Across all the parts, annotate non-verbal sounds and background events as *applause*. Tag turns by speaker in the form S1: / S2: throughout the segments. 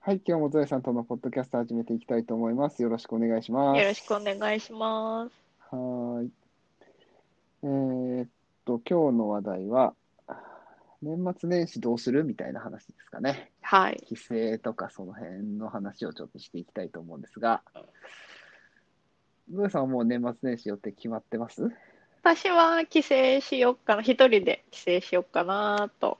S1: はい、今日もゾエさんとのポッドキャスト始めていきたいと思います。よろしくお願いします。
S2: よろしくお願いします。
S1: はーい。えーっと、今日の話題は、年末年始どうするみたいな話ですかね。
S2: はい。
S1: 帰省とかその辺の話をちょっとしていきたいと思うんですが、ゾエさんはもう年末年始予定決まってます
S2: 私は帰省しよっかな。一人で帰省しよっかなと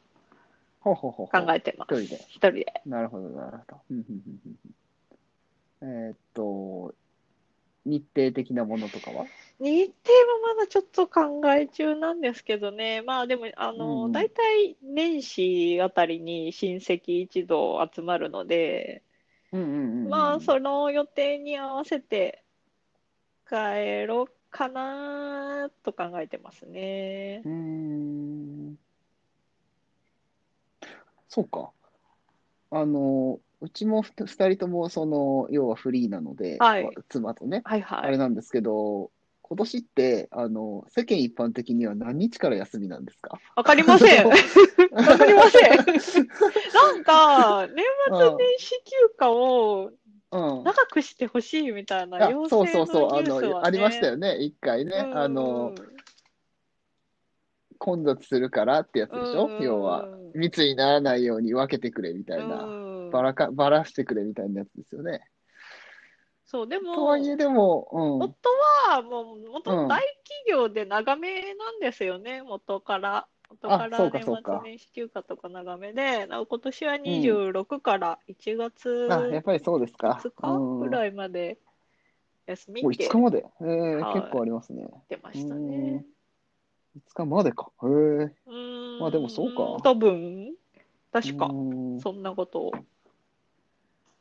S1: ほうほうほうほ
S2: 考
S1: う。
S2: えてます。
S1: 一人で
S2: 一人で。
S1: なるほど、なるほど。うんうんうんうんうんえーっと、日程的なものとかは
S2: 日程はまだちょっと考え中なんですけどね。まあでも、あ
S1: う
S2: の、
S1: ん
S2: 大体年始あたりに親戚一同集まるので、
S1: うんうんうん。
S2: まあその予定に合わせて帰ろうかなと考えてますね。
S1: うーんそうか。あの、うちもふた二人とも、その、要はフリーなので、
S2: はい
S1: 妻とね、
S2: はいは
S1: あれなんですけど、今年って、あの、世間一般的には何日から休みなんですか
S2: わかりませ
S1: *laughs*
S2: ん。わかりません。なんか、年末年始休暇
S1: う
S2: を
S1: ん。
S2: 長くしてほしいみたいな
S1: あ、
S2: 要請
S1: そ
S2: の
S1: う
S2: ニ
S1: そ
S2: ュ
S1: うそう、あ
S2: ースはね、
S1: の、ありましたよね、一回ね。
S2: うん
S1: あの、混雑するからってやつでしょ
S2: うん
S1: 要は、密にならないように分けてくれみたいな。
S2: うん
S1: ばらか、ばらしてくれみたいなやつですよね。
S2: そう、で
S1: と
S2: も
S1: は、いえ、でも、うん。
S2: 夫はもう元大企業で長めなんですよね、元から。元か
S1: あ
S2: ら
S1: そうか
S2: 年
S1: そうか
S2: 末年始休暇とか長めで、なお今年は26から1月
S1: あ、やっぱりそうですか。
S2: 5
S1: うん
S2: 日ぐらいまで休み
S1: お、
S2: っ
S1: 5
S2: て
S1: 日まで。えー
S2: はい
S1: 結構ありますね。
S2: 言ってましたね。
S1: 5日までか。へえ。
S2: うーん
S1: まあでもそうか
S2: 多分、確か
S1: う、ーん
S2: そんなことを。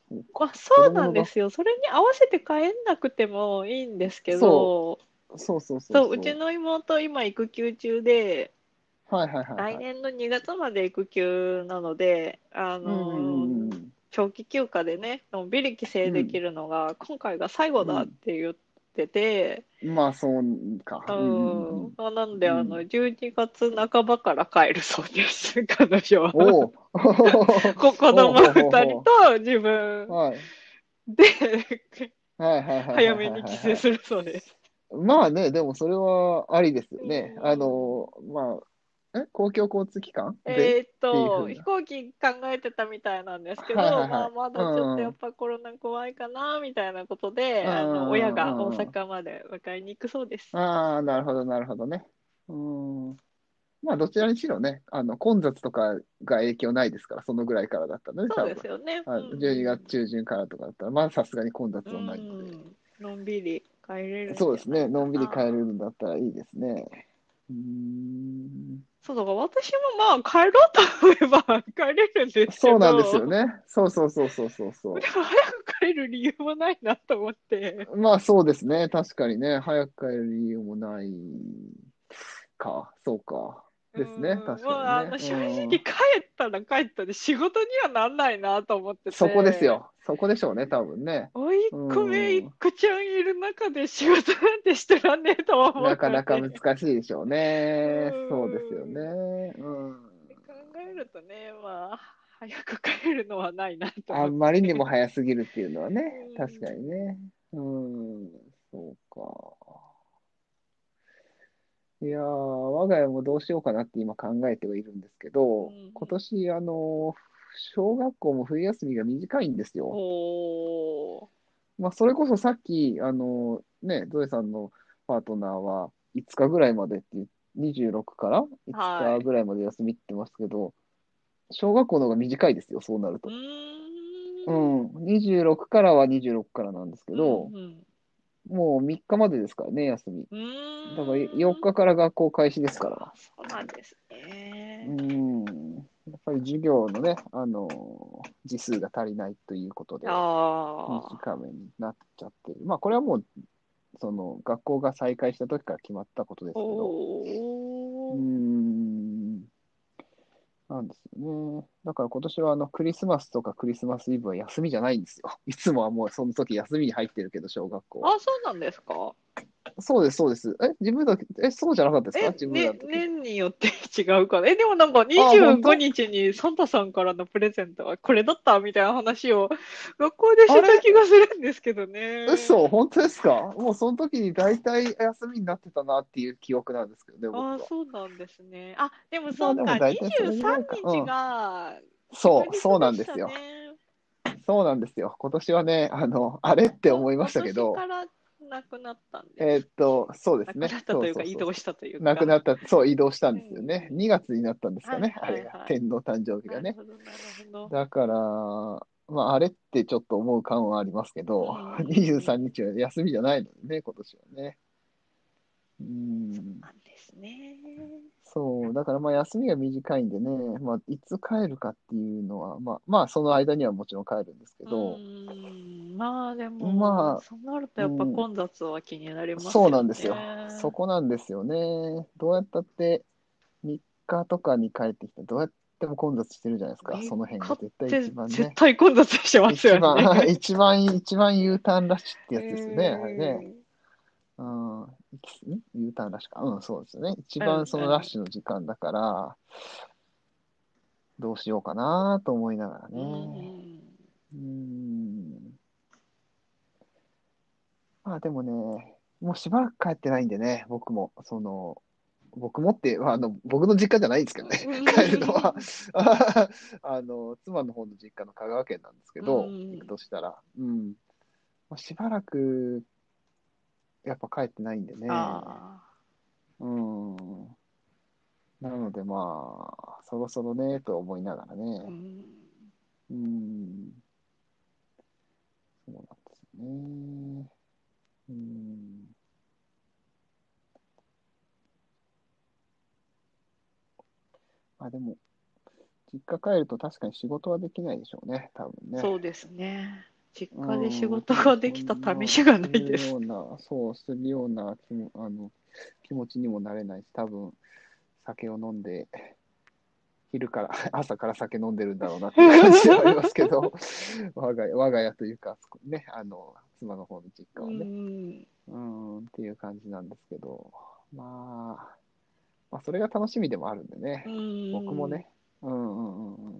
S1: そう
S2: まあそうなんですよ。それに合わせて帰んなくてもいいんですけど、
S1: そうそうそう
S2: そう
S1: そう
S2: うちの妹、今育休中で、
S1: はいはいはいはい。
S2: 来年の2月まで育休なので、あのー
S1: うん。
S2: 長期休暇でね、のんびり帰省できるのが、今回が最後だって言ってて、
S1: まあ、そうか。
S2: う
S1: うんうんうん
S2: ん、まあなんで、あの、
S1: う
S2: 12月半ばから帰るそうです、彼女は。
S1: おお。
S2: *laughs*
S1: ほうほう
S2: こ子供
S1: ほ
S2: 2
S1: うほう
S2: 人と自分
S1: *laughs* はい。
S2: で
S1: はいはいはいはいはい。
S2: 早めに帰省するそうです。
S1: まあね、でもそれはありですよね。
S2: うん
S1: あの、まあ、え、公共交通機関で、
S2: えーっと
S1: っていう風な
S2: 飛行機考えてたみたいなんですけど、
S1: はいはいはい
S2: まあ、まだちょっとやっぱコロナ怖いかなみたいなことで、
S1: うん
S2: あの親が
S1: うん
S2: 大阪まで迎えに行くそうです。
S1: ああ、なるほど、なるほどね。うん。まあ、どちらにしろね、あの、混雑とかが影響ないですから、そのぐらいからだったのね、多
S2: そう
S1: 分
S2: ですよね。
S1: あ
S2: うん
S1: 12月中旬からとかだったら、まあ、さすがに混雑はないの
S2: う
S1: で。
S2: んのんびり帰れるんじゃ
S1: そ
S2: ない
S1: うですね、のんびり帰れるんだったらいいですね。うーん。
S2: そうだから私もまあ帰ろうと思えば帰れるんですけど
S1: そうなんですよね。そうそうそうそうそうそう
S2: で。も早く帰る理由もないなと思って
S1: まあそうですね。確かにね。早く帰る理由もないか。そうか。ですね
S2: う
S1: 確
S2: ん
S1: かにね
S2: もうあの
S1: うん
S2: 正直帰ったら帰ったで仕事にはなんないなと思ってて。
S1: そこです。よ。そこでしょうね、多分ね。
S2: おいっ子めいっ子ちゃんいる中で仕事なんてしてらんねえとは思って。
S1: なかなか難
S2: 考
S1: しいでしょうね
S2: う。ん
S1: そうですよね。うん。
S2: えるとね、まあ、早く帰るのはないなと思っ
S1: あ
S2: て。
S1: んまりにも早すぎるっていうのはね
S2: う、ん
S1: 確かにね。うん、そうか。いやー、我が家もどうしようかなって今考えてはいるんですけど
S2: うん、
S1: 今年、あの、小学校も冬休みが短いんですよ。
S2: おー
S1: まあ、それこそさっき、あの、ね、ゾエさんのパートナーは5日ぐらいまでっていう、26から5日ぐらいまで休みって言ってますけど、小学校の方が短いですよ、そうなると
S2: うー。。
S1: うんん、26からは26からなんですけど
S2: う、ん
S1: もう3日までですからね、休み。
S2: うん、うーん
S1: だから4日から学校開始ですから。
S2: そうなんです
S1: う
S2: ね。
S1: ん、やっぱり授業のね、あのー、時数が足りないということで、
S2: ああ。
S1: 短めになっちゃってる。まあ、これはもう、その、学校が再開した時から決まったことですけど、う
S2: おー
S1: ん、なんですよね。だから今年はあのクリスマスとかクリスマスイブは休 *laughs* みじゃないんですよ。いつもはもうその時休みに入ってるけど、小学校は
S2: あ、そうなんですか。
S1: そうです、そうです。え、自分だけ、え、そうじゃなかったです
S2: え、
S1: か自分だ
S2: ね
S1: け。、
S2: 年によって違うから。え、でもなんか
S1: 本当
S2: 25日にサンタさんからのプレゼントはこれだったみたいな話を学校でして
S1: あれ
S2: た気がするんですけどね。
S1: 嘘、本当ですかもうその時に大体休みになってたなっていう記憶なんですけどね、僕
S2: あ
S1: は
S2: あ、。そうなんですね。あ、でも
S1: ま
S2: そ
S1: あ
S2: う
S1: でも
S2: か、
S1: 大体それぐらいか
S2: 23日が
S1: そ
S2: ク
S1: う、
S2: リス
S1: そうなん
S2: マ
S1: で
S2: ス
S1: すよ
S2: だ。ね
S1: そうなんですよ。今年はね、あの、あれって思いましたけど、
S2: 今年からなくなったんで
S1: えーっと、そうです
S2: す。
S1: ね。
S2: なくなったというか、
S1: そうそうそう
S2: 移動したという
S1: なく
S2: か。
S1: なった、そう、移動したんですよね。2月になったんですかね、
S2: はいはいは
S1: あ
S2: い
S1: れが。天皇誕生日が
S2: なる
S1: ね。
S2: ほど、なるほど。
S1: だから、まあ、あれってちょっと思う感はありますけど、
S2: うん
S1: 23日は休みじゃないのでね、今年はね。うん、
S2: なんですね。
S1: そう、だからまあ休みが短いんでね、まあ、いつ帰るかっていうのは、まあ、まあ、その間にはもちろん帰るんですけど
S2: う、ーん、まあでも、
S1: まあ
S2: そうなるとやっぱ
S1: うん
S2: 混雑は気になりますよね。
S1: そうなんですよ。そこなんですよね。どうやったって3日とかに帰ってきたら、どうやっても混雑してるじゃないですか、その辺が絶対一番
S2: ぜ
S1: ね
S2: 絶。対混雑してます
S1: 一
S2: よね。
S1: 番、 *laughs* 一番、一番 U ターンラッシュってやつですよね、
S2: うん
S1: あれね。うん、ん U ターンラッシュか。うん、そうですよね。一番そのラッシュの時間だから、どうしようかなと思いながら
S2: う
S1: ね。
S2: ん
S1: うん。まあでもね、もうしばらく帰ってないんでね、僕も、その、僕もって、まああの、僕の実家じゃないんですけどね、
S2: う
S1: *laughs*
S2: ん
S1: 帰るのは、あの、妻の方の実家の香川県なんですけど、
S2: うん
S1: 行くとしたら、うん。まあしばらく、やっぱ帰ってないんでね。
S2: あ
S1: うん。なのでまあ、そろそろね、と思いながら
S2: あ、
S1: ね。
S2: ん、
S1: うん。そうなんですよね。うん。まあでも、実家帰ると確かに仕事はできないでしょうね、多分ね。
S2: そうですね。実
S1: うん
S2: 家で仕事ができた試しがないです。
S1: そうするような、そうするような気もあの気持ちにもなれないし、多分酒を飲んで、昼から、朝から酒飲んでるんだろうなっていう感じはありますけど、我が家我が家というか、そこね、あの妻の方の実家は
S2: う
S1: ね、
S2: ん、
S1: うん、っていう感じなんですけど、まあ、まあ、それが楽しみでもあるんでね。僕もね。うんうんうんうん。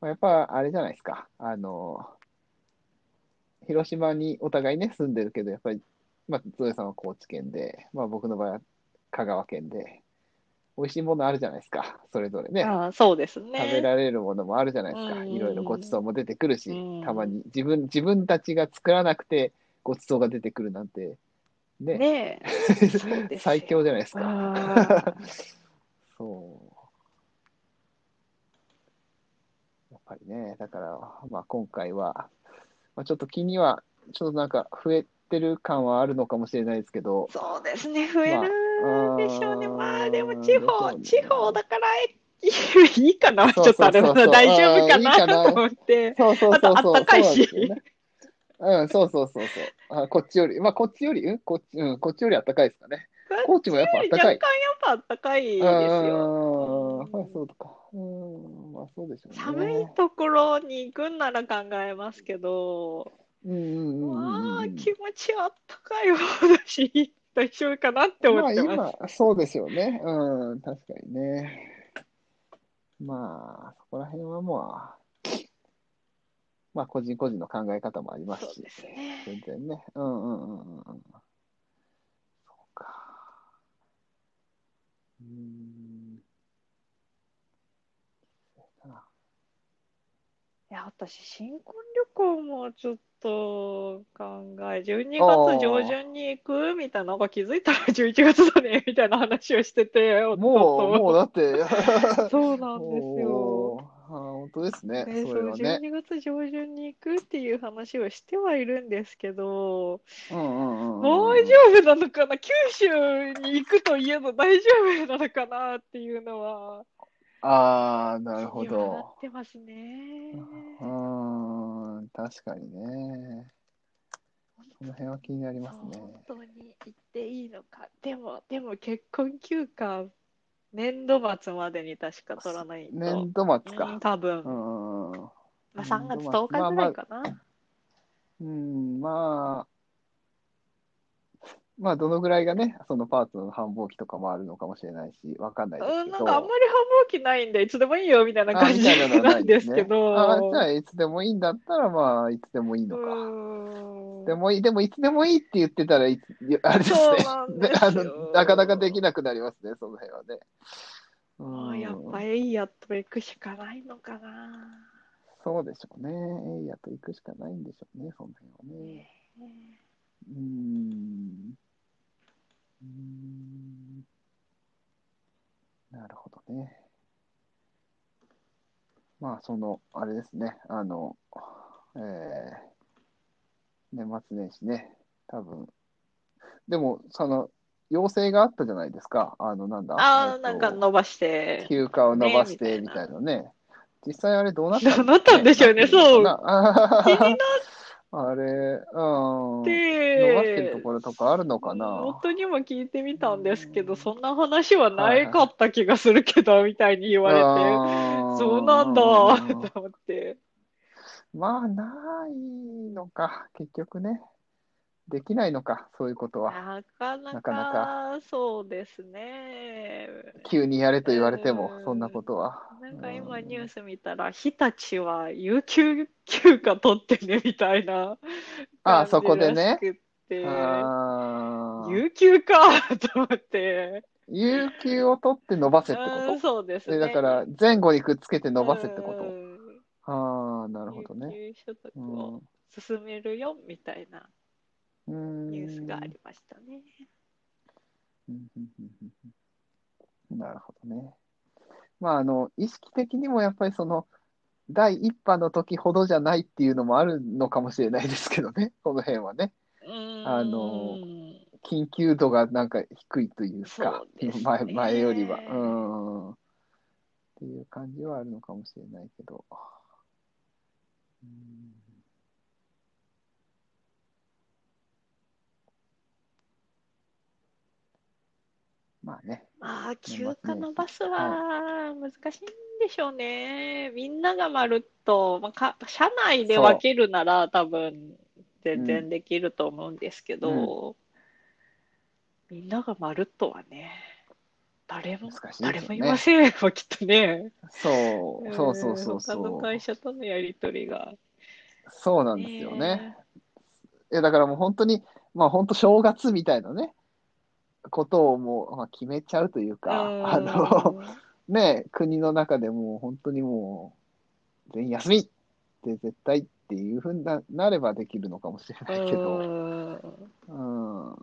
S1: まあ、やっぱあれじゃないですか。あの、広島にお互いね、住んでるけど、やっぱり、まあ、ゾエさんは高知県で、まあ僕の場合は香川県で、美味しいものあるじゃないですか、それぞれね。
S2: ああ、そうですね。
S1: 食べられるものもあるじゃないです
S2: うん
S1: か。
S2: うんうん
S1: いろいろごちそうも出てくるし
S2: うん、
S1: たまに自分、自分たちが作らなくてごちそうが出てくるなんて、ね、*laughs*
S2: ねえそうですよ
S1: 最強じゃないですか。
S2: ああ
S1: そう。やっぱりね、だから、まあ、今回は、まあ、ちょっと気には、ちょっとなんか増えてる感はあるのかもしれないですけど、
S2: そうですね、増えるでしょうね。
S1: まあうー
S2: まあ、
S1: ん
S2: でも
S1: でし
S2: 地方、
S1: ょうね
S2: 地方だから、え *laughs* いいかな、ち
S1: そ
S2: ょ
S1: うそうそう
S2: っとあれだ
S1: そう
S2: な、大丈夫か
S1: いいかな
S2: なと思って。
S1: そうそうそうそう、
S2: あとあったかいし
S1: そうなんですよねうん、そうそうそうそうあ。こっちより、まあ、こっちより、うん、こっち、うん、こっちよりあったかいですかね。高知もやっぱあった
S2: *laughs* 若干
S1: か
S2: や
S1: い
S2: っ。ぱあったかいで
S1: う
S2: す
S1: んうん
S2: よ。
S1: うんうん、
S2: うん
S1: まあ、そうか。うん、まあ、そうでしょうね。
S2: 寒いところに行くんなら考えますけど、
S1: うんうんうんうんうん。
S2: まあ、気持ちはあったかい方だし、 *laughs* 大丈夫かなって思ってます。
S1: まあ今、そうですよね。うん、確かにね。まあ、そこら辺はもう、まあ、個人個人の考え方もあります
S2: そう
S1: し
S2: で、すね。
S1: 全然ね。うんうんうんうんうん。そうか。うーん。そうだない
S2: や、私、新婚旅行もちょっと考え、12
S1: あー
S2: 月上旬に行くみたいな、なんか気づいたら11月 *laughs* だね、みたいな話をしてて、夫
S1: もう、
S2: と。
S1: もうだって、
S2: そうなんですよ。
S1: もうあ本当ですね、
S2: ね、
S1: そ
S2: そ
S1: れ
S2: う、
S1: はね。
S2: 12月上旬に行くっていう話をしてはいるんですけど、
S1: うんうんうんうん。
S2: 大丈夫なのかな、九州に行くといえど大丈夫なのかなっていうのは、
S1: ああ、なるほ
S2: 気にはな
S1: ど
S2: っ。てますね。
S1: うーん、確かにね。その辺は気になりますね。
S2: 本当に行っていいのか。でも、でも結婚休暇、年度末までに確か取らないと。
S1: 年度末
S2: うん
S1: か。
S2: 多分、
S1: う
S2: ま
S1: ん。う
S2: あ、3月
S1: 年度末
S2: 10日ぐらいかな。
S1: ん、まあ、まあ、どのぐらいがね、そのパートの繁忙期とかもあるのかもしれないし、わかんないです
S2: うん、
S1: け
S2: なんかあんま
S1: ど。
S2: り繁忙期ないんで、いつでもいいよみたいな
S1: あ
S2: 感じ
S1: みたいなのは
S2: な
S1: なんい
S2: で
S1: ですす
S2: け
S1: ね
S2: ど、
S1: あじゃあ、いつでもいいんだったら、まあ、いつでもいいの
S2: う
S1: か。
S2: ーん
S1: でもいい、でも、いつでもいいって言ってたらいつ、いやあれです
S2: そう
S1: ね。
S2: なんです
S1: あ
S2: よ
S1: の、なかなかできなくなりますね、その辺はね。う
S2: あ
S1: ん
S2: ーやっぱエイヤと行くしかないのかな。
S1: そうでしょうね。エイヤと行くしかないんでしょうね、その辺はね。うーん。うーんなるほどね。まあ、その、あれですね。あの、えー、年末年始ね。多分。でも、その、要請があったじゃないですか。あの、なんだ。
S2: あ
S1: え
S2: ー
S1: ー
S2: なんか
S1: と
S2: 伸
S1: *laughs*
S2: ばして。
S1: 休暇を伸ばし
S2: ね
S1: て
S2: み
S1: み
S2: た
S1: たいなね。実際あれどうなった
S2: どうなったんでしょうねそう
S1: な
S2: 気になっ *laughs*
S1: あれ、うん。伸ばしてると
S2: て、
S1: ころとかあるのかな
S2: 夫にも聞いてみたんですけ
S1: う
S2: ど、
S1: ん
S2: そんな話はないかった気がするけど、みたいに言われて、
S1: あー
S2: そうなんだ、と思って。
S1: まあ、ないのか、結局ね。できないのか、そういうことは。
S2: なかな
S1: なかな
S2: か、そうですね。
S1: 急にやれと言われても
S2: うん、
S1: そんなことは。
S2: なんか今ニュー
S1: ス。
S2: ス見たら、日立は有給休暇取ってね、みたいな
S1: あ
S2: 感
S1: ー
S2: じ
S1: そこでね
S2: らしくって、
S1: あー
S2: 有給か、と思って。
S1: 有給を取って伸ばせって
S2: う
S1: こ
S2: ん、そうです
S1: とえ
S2: ね。
S1: だから、前後にくっつけて伸ばせってこ
S2: う
S1: と
S2: ん
S1: ああ、なるほどね。
S2: 有給所
S1: う
S2: 得
S1: ん
S2: を進めるよみたいなニュースがありましたね。
S1: うんうんうんうんなるほどね。まあ、あの、意識的にもやっぱりその、第一波の時ほどじゃないっていうのもあるのかもしれないですけどね、この辺はね。
S2: うーん
S1: あの緊急度がなんか低いというか
S2: そ、うです
S1: *laughs*
S2: ね
S1: 前、前よりは。うん。っていう感じはあるのかもしれないけど。うんまあね。
S2: まあ休暇のバスは難しいんでしょうね。みんながまるっと、まあ、か社内で分けるなら多分全然できると思うんですけど、みんながまるっとはね、誰も、
S1: 難しいで
S2: 誰
S1: す
S2: も
S1: よ
S2: いま
S1: ね。
S2: せんよ、きっとね。
S1: そう、そうそうそう
S2: 他の
S1: そう。
S2: 会社とのやり取りが。
S1: そうなんですよね。え、だからもう本当に、まあ本当正月みたいなね、ことをもう、まあ、決めちゃうという
S2: え
S1: か、あの、ね、国の中でもう本当にもう、全員休みって絶対っていうふうにな、なればできるのかもしれ
S2: う
S1: ないけど、
S2: ん、うん
S1: うん、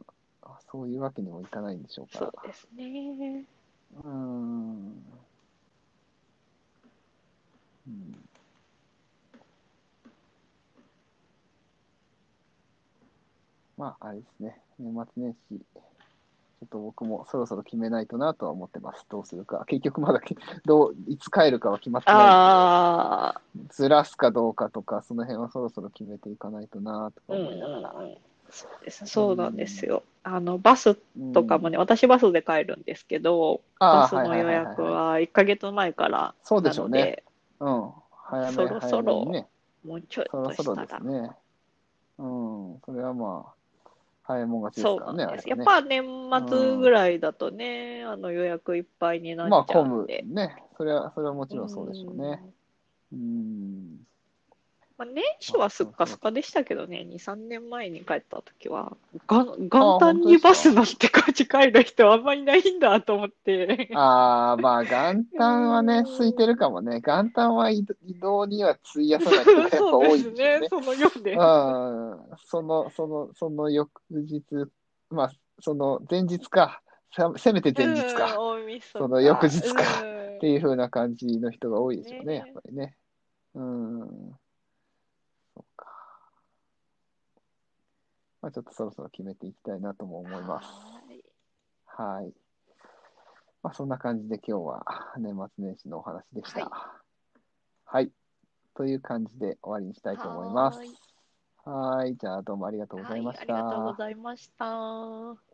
S1: そういうわけにもいかないんでしょう
S2: そ
S1: か
S2: うですね。
S1: ら。うん。うんまあ、あれですね。年末年始、ちょっと僕もそろそろ決めないとなとは思ってます。どうするか。結局まだ、どう、いつ帰るかは決まってな
S2: ああ、
S1: いんで。ずらすかどうかとか、その辺はそろそろ決めていかないとなとか思いながら。
S2: そうですそうなんですよ。あのバスとかも
S1: ね、
S2: ね、私バスで帰るんですけど、
S1: あ
S2: バ
S1: あ、
S2: ス
S1: はい
S2: の
S1: はい
S2: 予
S1: はい
S2: 約
S1: は
S2: は1ヶ月前から
S1: い。そうで
S2: な
S1: しょ
S2: の
S1: うね。
S2: で、
S1: うん。早
S2: そ
S1: め
S2: ろ
S1: 早
S2: そろ
S1: めにね。
S2: もうちょっ
S1: そろ
S2: と
S1: そ
S2: し
S1: ろ
S2: た
S1: で
S2: ら
S1: す。ね。うん。それはまあ、早いもん勝ちです
S2: そう
S1: か
S2: な
S1: ら
S2: ん
S1: ね、あ
S2: で
S1: れ
S2: す。や
S1: は
S2: っ
S1: ね。
S2: ぱ年末ぐらいだとね、あの予約いっぱいにな
S1: ま
S2: っ
S1: あ、
S2: ちゃう
S1: 混
S2: ん
S1: む
S2: で。
S1: ね。それは、それはもちろんそうでしょうね。う
S2: ん
S1: ん。
S2: まあ、年始はすっかすかでしたけどね、2、3年前に帰った時は、が元旦にバス乗ってこっち帰る人はあんまりいないんだと思って。
S1: ああ、まあ、元旦は
S2: う
S1: ね
S2: *laughs* ん、
S1: 空いてるかもね。元旦は移動には費やさない人がやっぱ
S2: *laughs* そう
S1: 多
S2: で
S1: い
S2: す
S1: んでしょう
S2: ね
S1: ね、。
S2: その4で。
S1: うん。その、その、その翌日、まあ、その前日か、させめて前日か、
S2: うん、大晦日
S1: その翌日か
S2: うん
S1: っていう風な感じの人が多いでしょうね、
S2: ね
S1: やっぱりね。うん。そうか。まあ、ちょっとそろそろ決めていきたいなとも思います。
S2: はい
S1: はい。まあ、そんな感じで今日は年末年始のお話でした。
S2: はい
S1: はい。という感じで終わりにしたいと思います
S2: はーい。
S1: はーい。じゃあどうもありがとうございま
S2: はい、あ
S1: し
S2: り
S1: た。
S2: がとうございました。